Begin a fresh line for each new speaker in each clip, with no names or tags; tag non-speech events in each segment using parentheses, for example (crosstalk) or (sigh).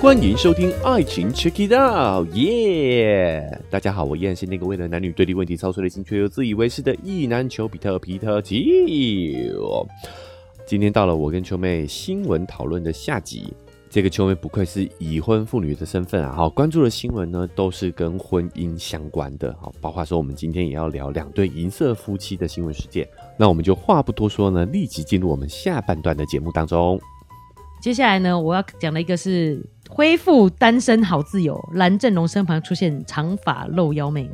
欢迎收听《爱情 Check It Out》，耶！大家好，我依然是那个为了男女对立问题操碎了心却又自以为是的意男丘比特皮特丘。今天到了我跟秋妹新闻讨论的下集。这个秋妹不愧是已婚妇女的身份啊！好，关注的新闻呢都是跟婚姻相关的，好，包括说我们今天也要聊两对银色夫妻的新闻事件。那我们就话不多说呢，立即进入我们下半段的节目当中。
接下来呢，我要讲的一个是恢复单身好自由，蓝正龙身旁出现长发露腰妹。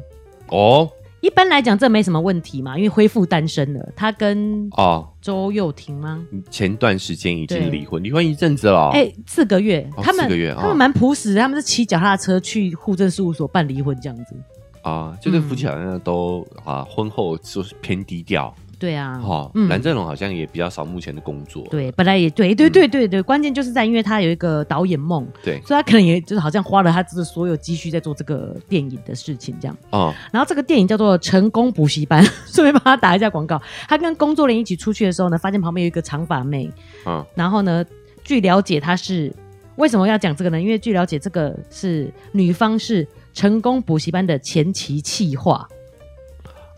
哦
一般来讲，这没什么问题嘛，因为恢复单身了。他跟
哦，
周又廷吗？
前段时间已经
对
离婚，离婚一阵子了。
哎、四个月，
哦
他们
四个月
他
哦
们蛮朴实的，他们是骑脚踏车去户政事务所办离婚这样子。
啊，这对夫妻好像都啊，婚后就是偏低调。
对啊，
哈，
嗯
蓝正龙好像也比较少目前的工作。
对，本来也对，对对对对，关键就是在因为他有一个导演梦，
对，
所以他可能也就是好像花了他这所有积蓄在做这个电影的事情这样。
哦
然后这个电影叫做《成功补习班》， (laughs) 顺便帮他打一下广告。他跟工作人员一起出去的时候呢，发现旁边有一个长发妹，
嗯
然后呢，据了解她是为什么要讲这个呢？因为据了解这个是女方是成功补习班的前期企划，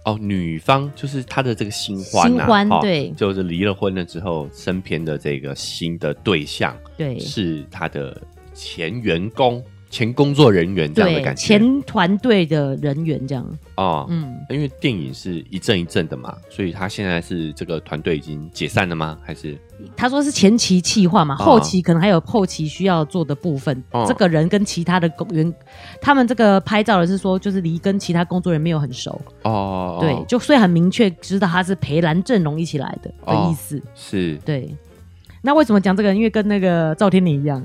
哦，女方就是她的这个新欢啊，
新欢
哈
对
就是离了婚了之后，身边的这个新的对象
对
是她的前员工、前工作人员这样的
对，
感觉
前团队的人员这样，
哦。
嗯，
因为电影是一阵一阵的嘛，所以他现在是这个团队已经解散了吗？还是
他说是前期企划嘛，
哦
后期可能还有后期需要做的部分。
哦
这个人跟其他的工员，他们这个拍照的是说，就是离跟其他工作人员没有很熟。
哦，
对，就所以很明确知道他是陪蓝正龙一起来的、
哦
的意思。
是
对，那为什么讲这个？因为跟那个赵天林一
(laughs)
样，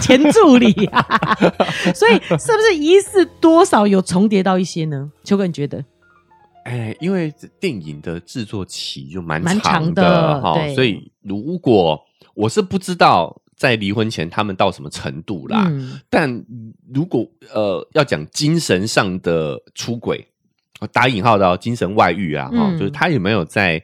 前助理啊，所以是不是疑似多少有重叠到一些呢？秋哥，你觉得？
哎，因为这电影的制作期就蛮
蛮
长
长的
哈、
对
所以如果我是不知道在离婚前他们到什么程度啦，
嗯，
但如果呃要讲精神上的出轨，哦打引号的、哦、精神外遇啊，哈、
嗯
就是他有没有在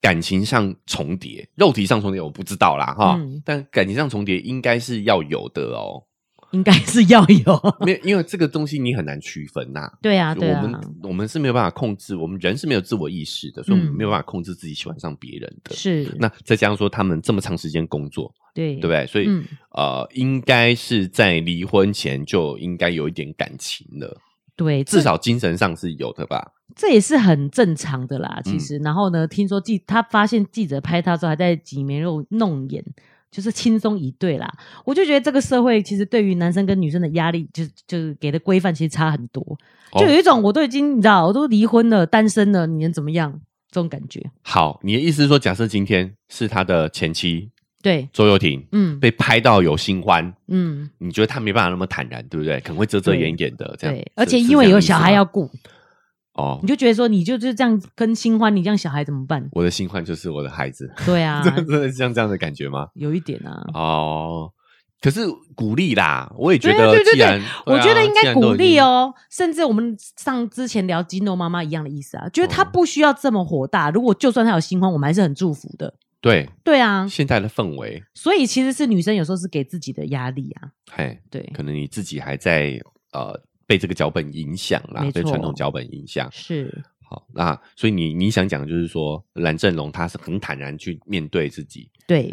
感情上重叠，肉体上重叠我不知道啦，哈、
嗯
但感情上重叠应该是要有的哦，
应该是要
(laughs)
有。
因为因为这个东西你很难区分呐、
对啊，对
我
啊，
们我们是没有办法控制，我们人是没有自我意识的，所以我们
嗯
没有办法控制自己喜欢上别人的。
是，
那再加上说他们这么长时间工作，
对，
对不对？所以、
嗯，
呃，应该是在离婚前就应该有一点感情了，
对，
至
这
少精神上是有的吧？
这也是很正常的
嗯
啦，其实。然后呢，听说记他发现记者拍他之后，还在挤眉弄弄眼，就是轻松一对啦。我就觉得这个社会其实对于男生跟女生的压力，就是就是给的规范其实差很多。
哦
就有一种我都已经你知道，我都离婚了，单身了，你能怎么样？这种感觉。
好，你的意思是说，假设今天是他的前妻
对，
周游婷
嗯
被拍到有新欢，
嗯，
你觉得他没办法那么坦然，对不对？可能会遮遮掩掩的这样。
对
是。
而且
是
因为
这样
有
意思啊
小孩
吗
要顾，
哦
你，就觉得说你就是这样跟新欢，你这样小孩怎么办？
我的新欢就是我的孩子，，
对啊
(laughs) 真的是像这样的感觉吗？
有一点啊。
哦，可是鼓励啦，我也觉
对啊
得，
对对
既然
我觉得应该鼓励。
对啊
哦，甚至我们上之前聊金诺妈妈一样的意思啊，觉得她
哦
不需要这么火大。如果就算她有新欢，我们还是很祝福的。
既然都已经
对
对
啊，
现在的氛围，
所以其实是女生有时候是给自己的压力啊。
嘿，
对，
可能你自己还在呃被这个脚本影响啦
没，
被
错
传统脚本影响。
是
好，那所以你你想讲的就是说，蓝正龙他是很坦然去面对自己，
对，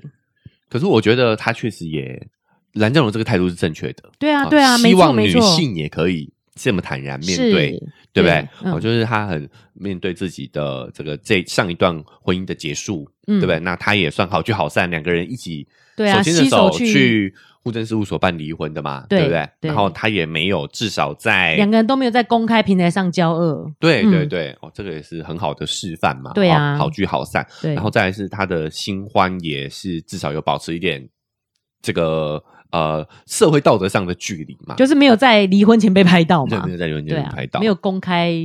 可是我觉得他确实也蓝正龙这个态度是正确的。
对啊，对啊，没
希
错，
望
没
女
错，
性也可以这么坦然面对
是，
对不对
对？嗯
哦，就是他很面对自己的这个这上一段婚姻的结束，
嗯
对不对？那他也算好聚好散，两个人一起
对啊
手牵着
携手去
去户政事务所办离婚的嘛，
对
不对？
对
然后他也没有，至少在
两个人都没有在公开平台上交恶。
对对
嗯
对，哦，这个也是很好的示范嘛，
对啊
哦好聚好散。
对，
然后再来是他的新欢也是至少有保持一点这个呃社会道德上的距离嘛，
就是没有在离婚前被拍到
对
嘛
没，有在留
对
言
啊
拍到，，
没有公开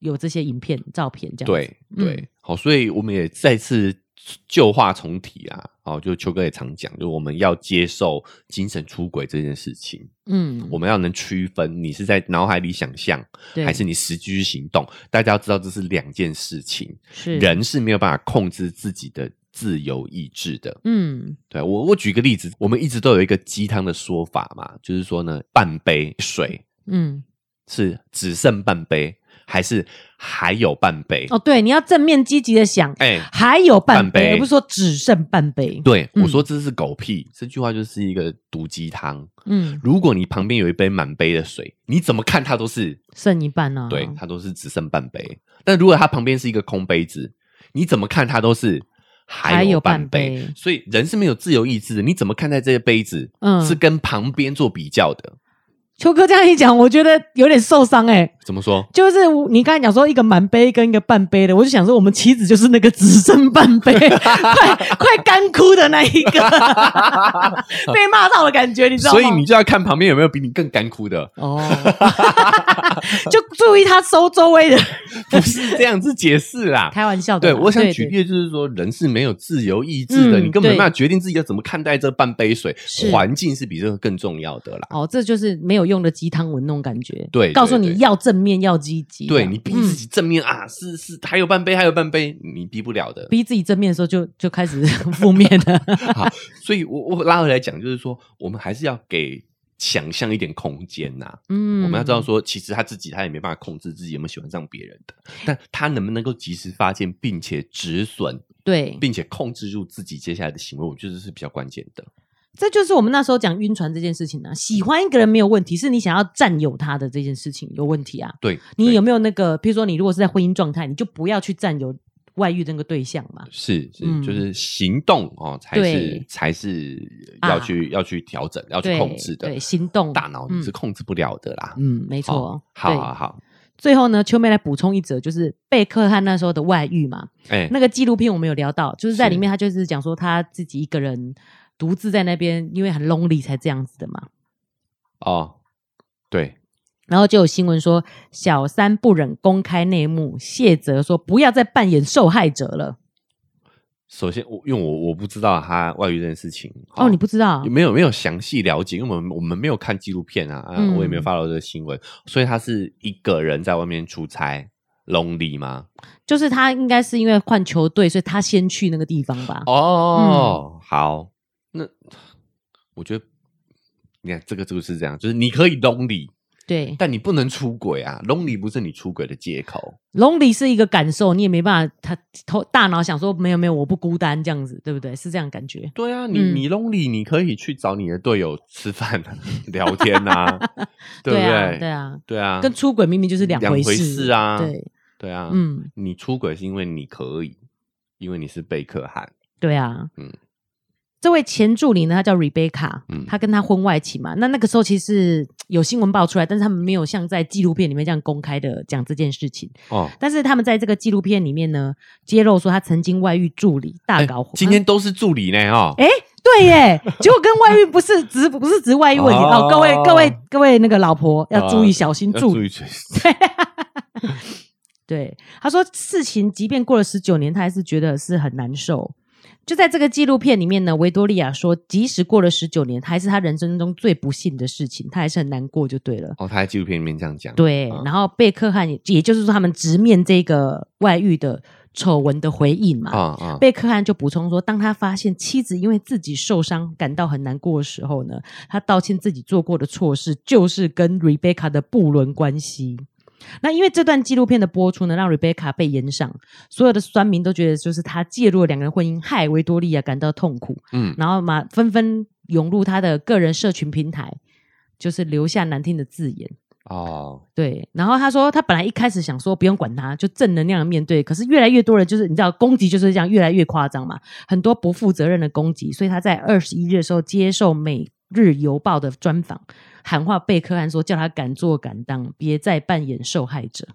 有这些影片、照片这样子。
对
嗯
对，好，所以我们也再次旧话重提啊，哦，就秋哥也常讲，就我们要接受精神出轨这件事情，
嗯，
我们要能区分你是在脑海里想象，
对
还是你实际去行动。大家要知道这是两件事情，
是
人是没有办法控制自己的自由意志的。
嗯
对我，我举个例子，我们一直都有一个鸡汤的说法嘛，就是说呢，半杯水
嗯，
是只剩半杯，还是还有半杯？
哦，对，你要正面积极的想，
哎、
还有半
半杯
杯，而不是说只剩半杯。
对、
嗯
我说这是狗屁，这句话就是一个毒鸡汤。
嗯，
如果你旁边有一杯满杯的水，你怎么看它都是，
剩一半啊呢、
对，它都是只剩半杯。但如果它旁边是一个空杯子，你怎么看它都是
还
还
有
有
半
半杯。
杯
所以人是没有自由意志的，你怎么看待这些杯子？
嗯
是跟旁边做比较的。
秋哥这样一讲，我觉得有点受伤哎、
怎么说？
就是你刚才讲说一个满杯跟一个半杯的，我就想说我们妻子就是那个只剩半
(laughs)
杯，快快干枯的那一个，被骂到的感觉，你知道吗？
所以你就要看旁边有没有比你更干枯
(laughs)
的，
哦，就注意他收周围的，
不是这样子解释啦。
开玩笑的
(laughs) 对，
啦。
我想举
哦对
例的就是说，人是没有自由意志的，
嗯
你根本
对
没办法决定自己要怎么看待这半杯水
是。
环境是比这个更重要的啦。
哦，这就是没有用的鸡汤文那种感觉。
对对
告诉你
对
要正面，要积极。这
对
样
你逼
嗯
自己正面、啊，是是，还有半杯，还有半杯，你逼不了的。
嗯逼自己正面的时候就，就开始 (laughs) 负面
(laughs)
了。
好，所以我我拉回来讲，就是说，我们还是要给想象一点空间呐、
嗯，
我们要知道说，其实他自己他也没办法控制自己有没有喜欢上别人的，但他能不能够及时发现，并且止损，
对，
并且控制住自己接下来的行为，我觉得是比较关键的。
这就是我们那时候讲晕船这件事情啊。喜欢一个人没有问题，是你想要占有他的这件事情有问题啊。
对，
你
对
有没有那个，譬如说你如果是在婚姻状态，你就不要去占有外遇的那个对象嘛。
是是、
嗯
就是行动哦，才
对
是才是要
啊
去、要去调整，要去
对
控制的。
对行动
大脑你
嗯
是控制不了的啦。哦
嗯，没错。
好
对
好好啊好，
最后呢，秋妹来补充一则，就是贝克汉那时候的外遇嘛。
哎、
那个纪录片我们有聊到，就是在
是
里面他就是讲说他自己一个人独自在那边，因为很 lonely 才这样子的嘛。
哦，对，
然后就有新闻说，小三不忍公开内幕，谢泽说不要再扮演受害者了。
首先我因为我我不知道他外遇这件事情
哦，你不知道？
没有没有详细了解，因为我们我们没有看纪录片啊，啊
嗯
我也没有 follow 这个新闻，所以他是一个人在外面出差，lonely 吗？
就是他应该是因为换球队，所以他先去那个地方吧。
(laughs)
嗯
哦，好，那我觉得你看这个就是这样，就是你可以 lonely，
对
但你不能出轨啊，lonely 不是你出轨的借口，
，lonely 是一个感受，你也没办法，他头大脑想说没有没有，我不孤单这样子，对不对？是这样感觉。
对啊，你、
嗯
你 lonely，你可以去找你的队友吃饭、 (laughs) 聊天
(laughs)
啊，对不
啊，
对？
对啊，
对啊，
跟出轨明明就是两
两
回
回事啊
对，
对啊，嗯，
嗯，
你出轨是因为你可以，因为你是贝克汉，
对啊，嗯
嗯。
这位前助理呢，她叫 Rebecca，
嗯
她跟她婚外情嘛。那那个时候其实嘖有新闻爆出来，但是他们没有像在纪录片里面这样公开的讲这件事情。
哦，
但是他们在这个纪录片里面呢，揭露说她曾经外遇助理，大
哎
搞火。
今天都是助理呢，哦，
哎、对耶，结果跟外遇不是只不是只外遇问题哦
哦啊
各位各位各位那个老婆要注意小心
要
助
注
理。
意注意，
对，他说事情即便过了十九年，他还是觉得是很难受。就在这个纪录片里面呢，维多利亚说，即使过了十九年，还是他人生中最不幸的事情，他还是很难过，就对了。
(laughs) 哦，他在纪录片里面这样讲，
对，
嗯
然后贝克汉也，也就是说，他们直面这个外遇的丑闻的回应嘛。
啊啊，
贝克汉就补充说，当他发现妻子因为自己受伤感到很难过的时候呢，他道歉自己做过的错事就是跟 Rebecca 的不伦关系。那因为这段纪录片的播出呢，让 Rebecca 被延上，所有的酸民都觉得就是他介入了两个人婚姻，害维多利亚感到痛苦，
嗯，
然后嘛纷纷涌入他的个人社群平台，就是留下难听的字眼。
哦，
对，然后他说他本来一开始想说不用管他，就正能量的面对，可是越来越多人就是你知道攻击就是这样越来越夸张嘛，很多不负责任的攻击，所以他在二十一日的时候接受《每日邮报》的专访，喊话贝克汉说叫他敢做敢当，别再扮演受害者。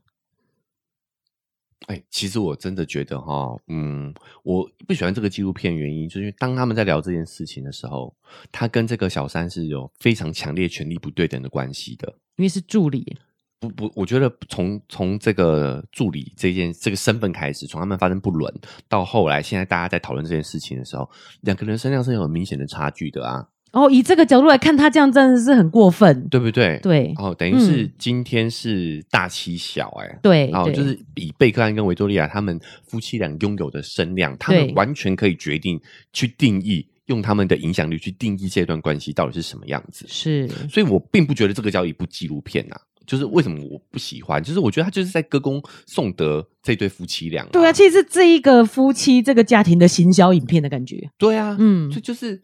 哎，其实我真的觉得哈，嗯，我不喜欢这个纪录片，原因就是因为当他们在聊这件事情的时候，他跟这个小三是有非常强烈权力不对等的关系的。
因为是助理，
不不，我觉得从从这个助理这件这个身份开始，从他们发生不伦到后来，现在大家在讨论这件事情的时候，两个人身量是有很明显的差距的啊。
哦，以这个角度来看，他这样真的是很过分。
对不对？
对
哦，等于是
嗯
今天是大欺小哎、
对，
哦，
对
就是以贝克汉跟维多利亚他们夫妻俩拥有的声量，他们
对
完全可以决定去定义，用他们的影响力去定义这段关系到底是什么样子。
是
所以我并不觉得这个叫一部纪录片呐、就是为什么我不喜欢，就是我觉得他就是在歌功颂德这对夫妻俩、
对啊，，其实是这一个夫妻这个家庭的行销影片的感觉。
对啊，
嗯
这就是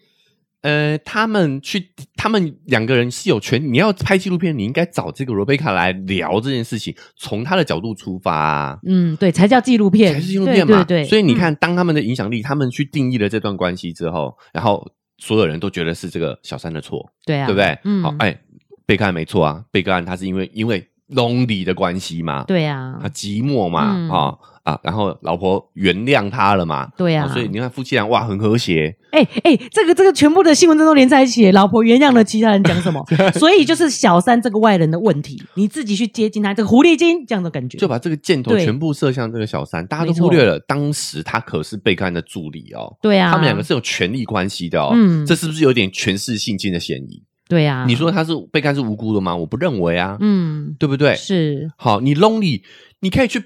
呃，他们去，他们两个人是有权，你要拍纪录片，你应该找这个罗贝卡来聊这件事情，从他的角度出发、啊。
嗯，对，才叫纪录片，
才是纪录片嘛，
对对对，
所以你
嗯
看，当他们的影响力，他们去定义了这段关系之后，然后所有人都觉得是这个小三的错，
对啊，
对不对？
嗯，
好，哎，贝克汉没错啊，贝克汉他是因为因为 lonely 的关系嘛，
对啊
啊，，寂寞嘛，啊、
嗯
啊，然后老婆原谅他了嘛，
对啊，
啊所以你看夫妻俩哇，很和谐，
哎哎，这个这个全部的新闻都都连在一起，老婆原谅了其他人讲
(laughs)
什么？所以就是小三这个外人的问题，你自己去接近他这个狐狸精这样的感觉，
就把这个箭头
对
全部射向这个小三，大家都
没错
忽略了当时他可是贝克汉的助理哦。
对啊，
他们两个是有权力关系的哦，
嗯
这是不是有点权势性侵的嫌疑？
对啊，
你说他是贝克汉是无辜的吗？我不认为啊，
嗯
对不对？
是
好，你 lonely，你可以去。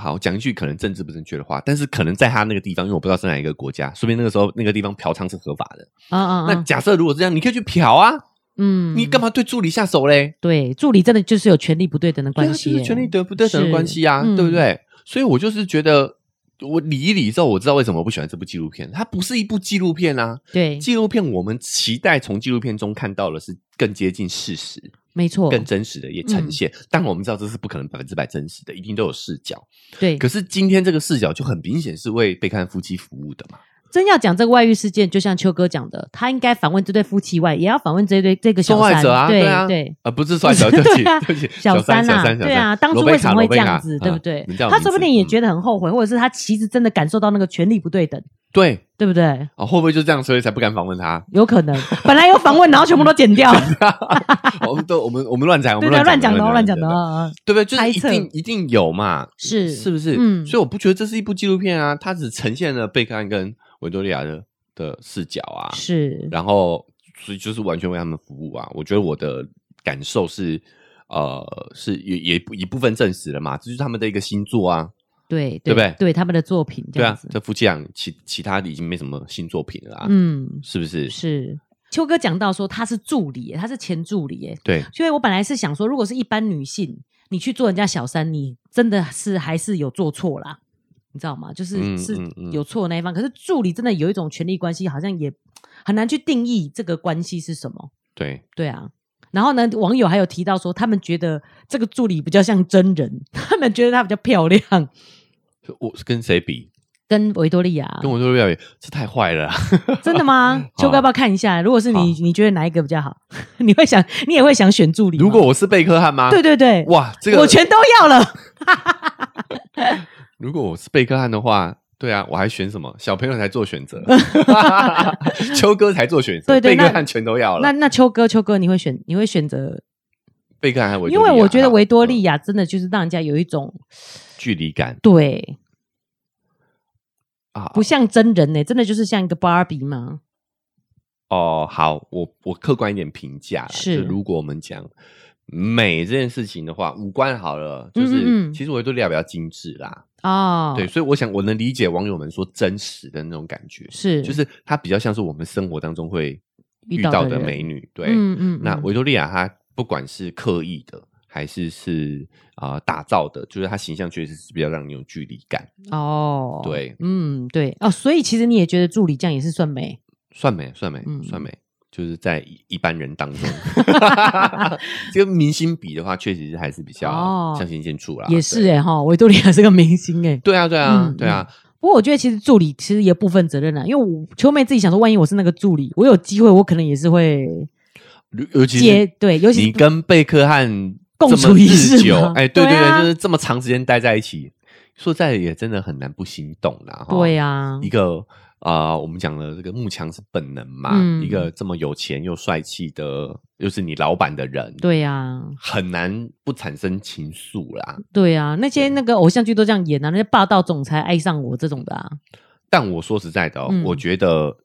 好，讲一句可能政治不正确的话，但是可能在他那个地方，因为我不知道是哪一个国家，说不定那个时候那个地方嫖娼是合法的。
啊啊，
那
啊
假设如果这样，你可以去嫖啊，
嗯
你干
嘛？
嘛对助理下手嘞？
对，助理真的就是有权力不对等的
对啊，
关
就
系耶，
是权力得不对等的
是
关系啊，
嗯
对不对？所以我就是觉得，我理一理之后，我知道为什么我不喜欢这部纪录片，它不是一部纪录片啊。
对，
纪录片我们期待从纪录片中看到的是更接近事实、
没错，
更真实的也
嗯
呈现。当然，我们知道这是不可能百分之百真实的，一定都有视角。
对
可。是今天这个视角就很明显是为被看夫妻服务的嘛。
真要讲这个外遇事件，就像秋哥讲的，他应该反问这对夫妻以外，也要反问这对这个小
受害
三，
者啊，
对
啊，
对，
啊，不是受害者，对不起，
对啊
对不起，
(laughs) 小
三，
三
小
啊，
三，小
对啊，
三
当初
罗贝
为什
卡
么会
罗贝
这样
卡
子，
啊
对不对
你叫？我
他
名
说不
字
定也
嗯
觉得很后悔，或者是他其实真的感受到那个权力不对等，
对
对不对？
啊，会不会就这样，所以才不敢访问他？
有可能 (laughs) 本来有访问，然后全部都
(laughs)
剪掉，
哦我们都我们我们乱讲，我
对
们
对，乱讲的
的
哦，乱讲的哦，
的，
啊啊
对不对？就是一
猜测
定一定有嘛，
是
是不是？
嗯
所以我不觉得这是一部纪录片啊，它只呈现了贝克汉跟维多利亚的的视角啊，
是
然后所以就是完全为他们服务啊。我觉得我的感受是，呃，是也也一部分证实了嘛，这就是他们的一个新作啊，
对
对不对
对他们的作品这
对
样
啊
子，，
这夫妻俩其其他的已经没什么新作品了啊，
嗯，
是不是？
是。秋哥讲到说他是助理耶，他是前助理耶，
对，
所以我本来是想说，如果是一般女性，你去做人家小三，你真的是还是有做错啦，你知道吗？就是、
嗯
是
嗯嗯
有错的那一方。可是助理真的有一种权力关系，好像也很难去定义这个关系是什么。
对，
对啊。然后呢，网友还有提到说，他们觉得这个助理比较像真人， (laughs) 他们觉得她比较漂亮，
我跟谁比？
跟维多利亚
跟我啊说表演，这太坏了啊、 (laughs)
真的吗？秋哥要不要看一下？如果是你，你觉得哪一个比较好？ (laughs) 你会想，你也会想选助理吗？
如果我是贝克汉吗？
对对对，
哇，这个
我全都要了。
如果我是贝克汉的话，对啊，我还选什么？小朋友才做选
(laughs)
择， (laughs) 秋哥才做选择，
对
贝
对
克
那
汉全都要
那
了。
那秋哥，秋哥，你会选你会选择？
贝克汉还有维
因
多利亚，嗯
为我觉得维多利
亚、
亚真的就是让人家有一种
距离感
对，
啊，
不像真人呢、真的就是像一个芭比嘛。
哦，好，我我客观一点评价啦，
是
就如果我们讲美这件事情的话，五官好了，就是
嗯嗯嗯
其实维多利亚比较精致啦，
哦，
对，，所以我想我能理解网友们说真实的那种感觉，
是，
就是它比较像是我们生活当中会
遇
遇
到的
到的
人
美女，对，
嗯嗯，
那
嗯
维多利亚她不管是刻意的还是是啊、呃打造的，就是她形象确实是比较让你有距离感，
哦，
对
嗯对哦，所以其实你也觉得助理这样也是算美，
算美算美、
嗯
算美，就是在一一般人当中，
(laughs)
这个明星比的话，确实是还是比较
哦
相形见绌啦，
也是
啊对
哎、哈，维多利亚是个明星哎、
对啊，对啊，
嗯
对啊，
不过我觉得其实助理其实也部分责任啦，啊因为我秋妹自己想说，万一我是那个助理，我有机会我可能也是会
尤尤其
接
是
对，嗯尤其
你
是
跟贝克汉
共
这
处
么
一
日
室
久
吗，
哎，对
对
对，
啊
就是这么长时间待在一起，说实在也真的很难不心动啦，哈
对啊
一，个啊、呃我们讲的这个慕强是本能嘛，
嗯
一个这么有钱又帅气的，又是你老板的人，，
对啊，
很难不产生情愫啦。
对啊，那些那个偶像剧都这样演啊，那些霸道总裁爱上我这种的啊，
但我说实在的、哦，
嗯
我觉得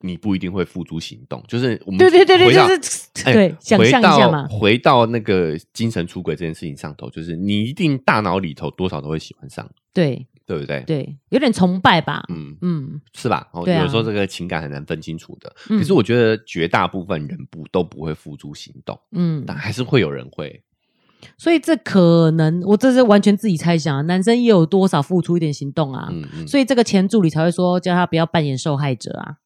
你不一定会付诸行动。就是我们
对对对
嗯
对，
回到
就是
哎
对，想
回
象一下嘛
到，回到那个精神出轨这件事情上头，就是你一定大脑里头多少都会喜欢上，
对
对不对？
对，有点崇拜吧，
嗯，
嗯，
是吧？哦，
对啊
有时候这个情感很难分清楚的。
嗯
可是我觉得绝大部分人不都不会付诸行动，
嗯，
但还是会有人会。
所以这可能我这是完全自己猜想啊，男生也有多少付出一点行动啊，
嗯嗯，
所以这个前助理才会说叫他不要扮演受害者啊，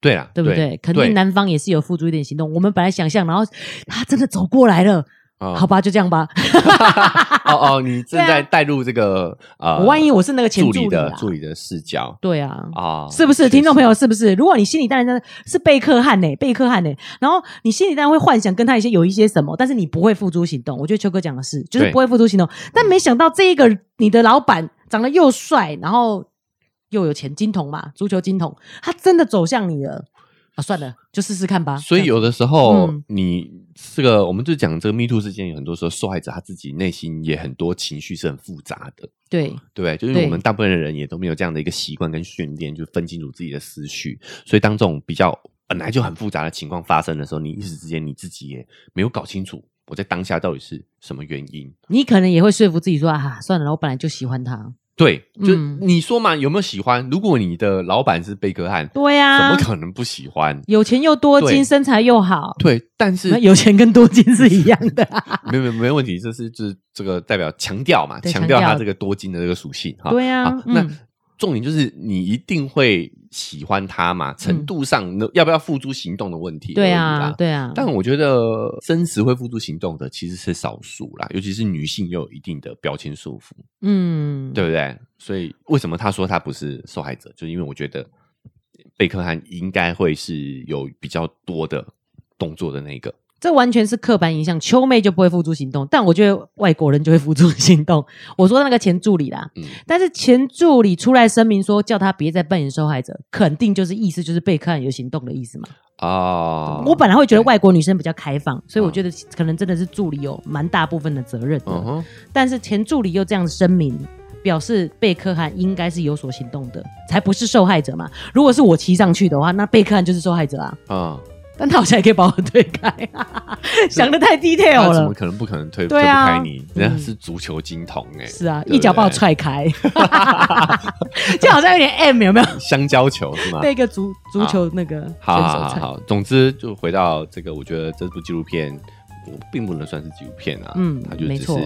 对啦，
对不对？肯定男方也是有付出一点行动。我们本来想象，然后他真的走过来了，
哦
好吧，就这样吧。
哦哦，
(laughs)
你正在带入这个呃，
我万一我是那个前
助
助理
的
啊
助理的视角
对啊。
啊，
是不
确
是
实
听众朋友？是不是？如果你心里当然真的是贝克汉呢、贝克汉呢、然后你心里当然会幻想跟他一些有一些什么，但是你不会付诸行动。我觉得秋哥讲的是，就是
对
不会付诸行动。但没想到这一个你的老板长得又帅，然后又有钱，金童嘛，足球金童，他真的走向你了啊！算了，就试试看吧。
所以有的时候
啊嗯
你这个，我们就讲这个 Me Too 事件，有很多时候受害者他自己内心也很多情绪是很复杂的，
这样对
对不对？就是
对
我们大部分的人也都没有这样的一个习惯跟训练，就分清楚自己的思绪。所以当这种比较本来就很复杂的情况发生的时候，你一时之间你自己也没有搞清楚我在当下到底是什么原因。
你可能也会说服自己说啊，算了，我本来就喜欢他。
对，就
嗯
你说嘛，有没有喜欢？如果你的老板是贝克汉，
对呀、
怎么
啊，
可能不喜欢？
有钱又多
对
金，身材又好，
对，但是
那有钱跟多金是一样的、啊
没有没有没有问题，这是就是这个代表强调嘛，
对
强调
强
它
调
这个多金的这个属性哈。
对呀、
好
啊，
那
嗯，
重点就是你一定会喜欢他嘛，程度上呢要不要付诸行动的问题而
嗯对
已
啊
啦，。
对啊，
但我觉得真实会付诸行动的其实是少数啦，尤其是女性又有一定的标签束缚，
嗯，
对不对？所以为什么他说他不是受害者，就是因为我觉得贝克汉应该会是有比较多的动作的那个。
这完全是刻板印象，秋妹就不会付诸行动，但我觉得外国人就会付诸行动。 (laughs) 我说那个前助理啦，
嗯
但是前助理出来声明说叫他别再扮演受害者，肯定就是意思就是被看有行动的意思嘛。
哦，
我本来会觉得
对哦
外国女生比较开放，所以我觉得可能真的是助理有蛮大部分的责任的。
嗯哼，
但是前助理又这样声明，表示贝克汉应该是有所行动的，才不是受害者嘛。如果是我骑上去的话，那贝克汉就是受害者啊。
啊，
但他好像也可以把我推开， (laughs) 想的太 detail
他怎么
了。
可能不可能推推
对
不
啊
开你？人家
嗯
是足球金童哎，
是啊，
对不对
一脚把我踹开， (laughs) 就好像有点
(laughs)
M 有没有？
(laughs) 香蕉球是吗？
被一个足足球那个选
好好
手
好
踹。
好，总之就回到这个，我觉得这部纪录片嗯并不能算是纪录片啊，
嗯
它就
没
只是
错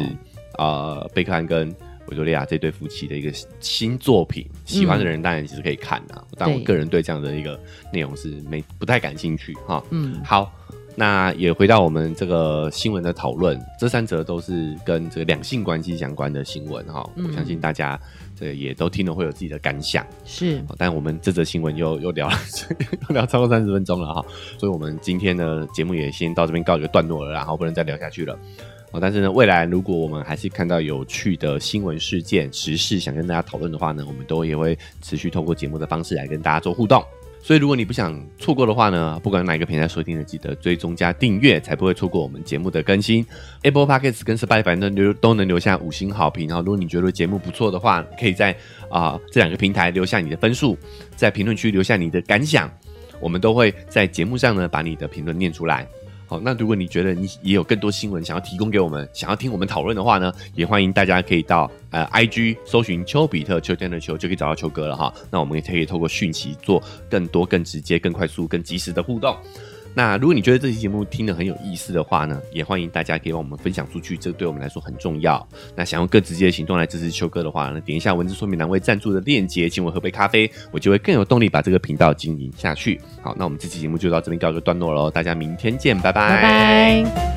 呃贝克汉跟维多利亚这对夫妻的一个新作品，喜欢的人当然其实可以看啊，但我
嗯对
个人对这样的一个内容是没不太感兴趣哈。
嗯，
好，那也回到我们这个新闻的讨论，这三则都是跟这个两性关系相关的新闻哈、
嗯
我相信大家这个也都听了会有自己的感想。
是
好但我们这则新闻又又聊了， (laughs) 又聊超过三十分钟了哈，所以我们今天的节目也先到这边告一个段落了啦，然后不能再聊下去了。哦，但是呢，未来如果我们还是看到有趣的新闻事件、时事，想跟大家讨论的话呢，我们都也会持续透过节目的方式来跟大家做互动。所以，如果你不想错过的话呢，不管哪一个平台收听的，记得追踪加订阅，才不会错过我们节目的更新。Apple Podcasts 跟 Spotify 都留都能留下五星好评。然后，如果你觉得节目不错的话，可以在啊、这两个平台留下你的分数，在评论区留下你的感想，我们都会在节目上呢把你的评论念出来。好，那如果你觉得你也有更多新闻想要提供给我们，想要听我们讨论的话呢，也欢迎大家可以到呃 IG 搜寻丘比特秋天的秋，就可以找到秋哥了哈。那我们也可以透过讯息做更多、更直接、更快速、更及时的互动。那如果你觉得这期节目听得很有意思的话呢，也欢迎大家可以帮我们分享出去，这对我们来说很重要。那想用更直接的行动来支持秋哥的话呢，点一下文字说明栏位赞助的链接，请我喝杯咖啡，我就会更有动力把这个频道经营下去。好，那我们这期节目就到这边告一个段落喽，大家明天见，拜
拜拜。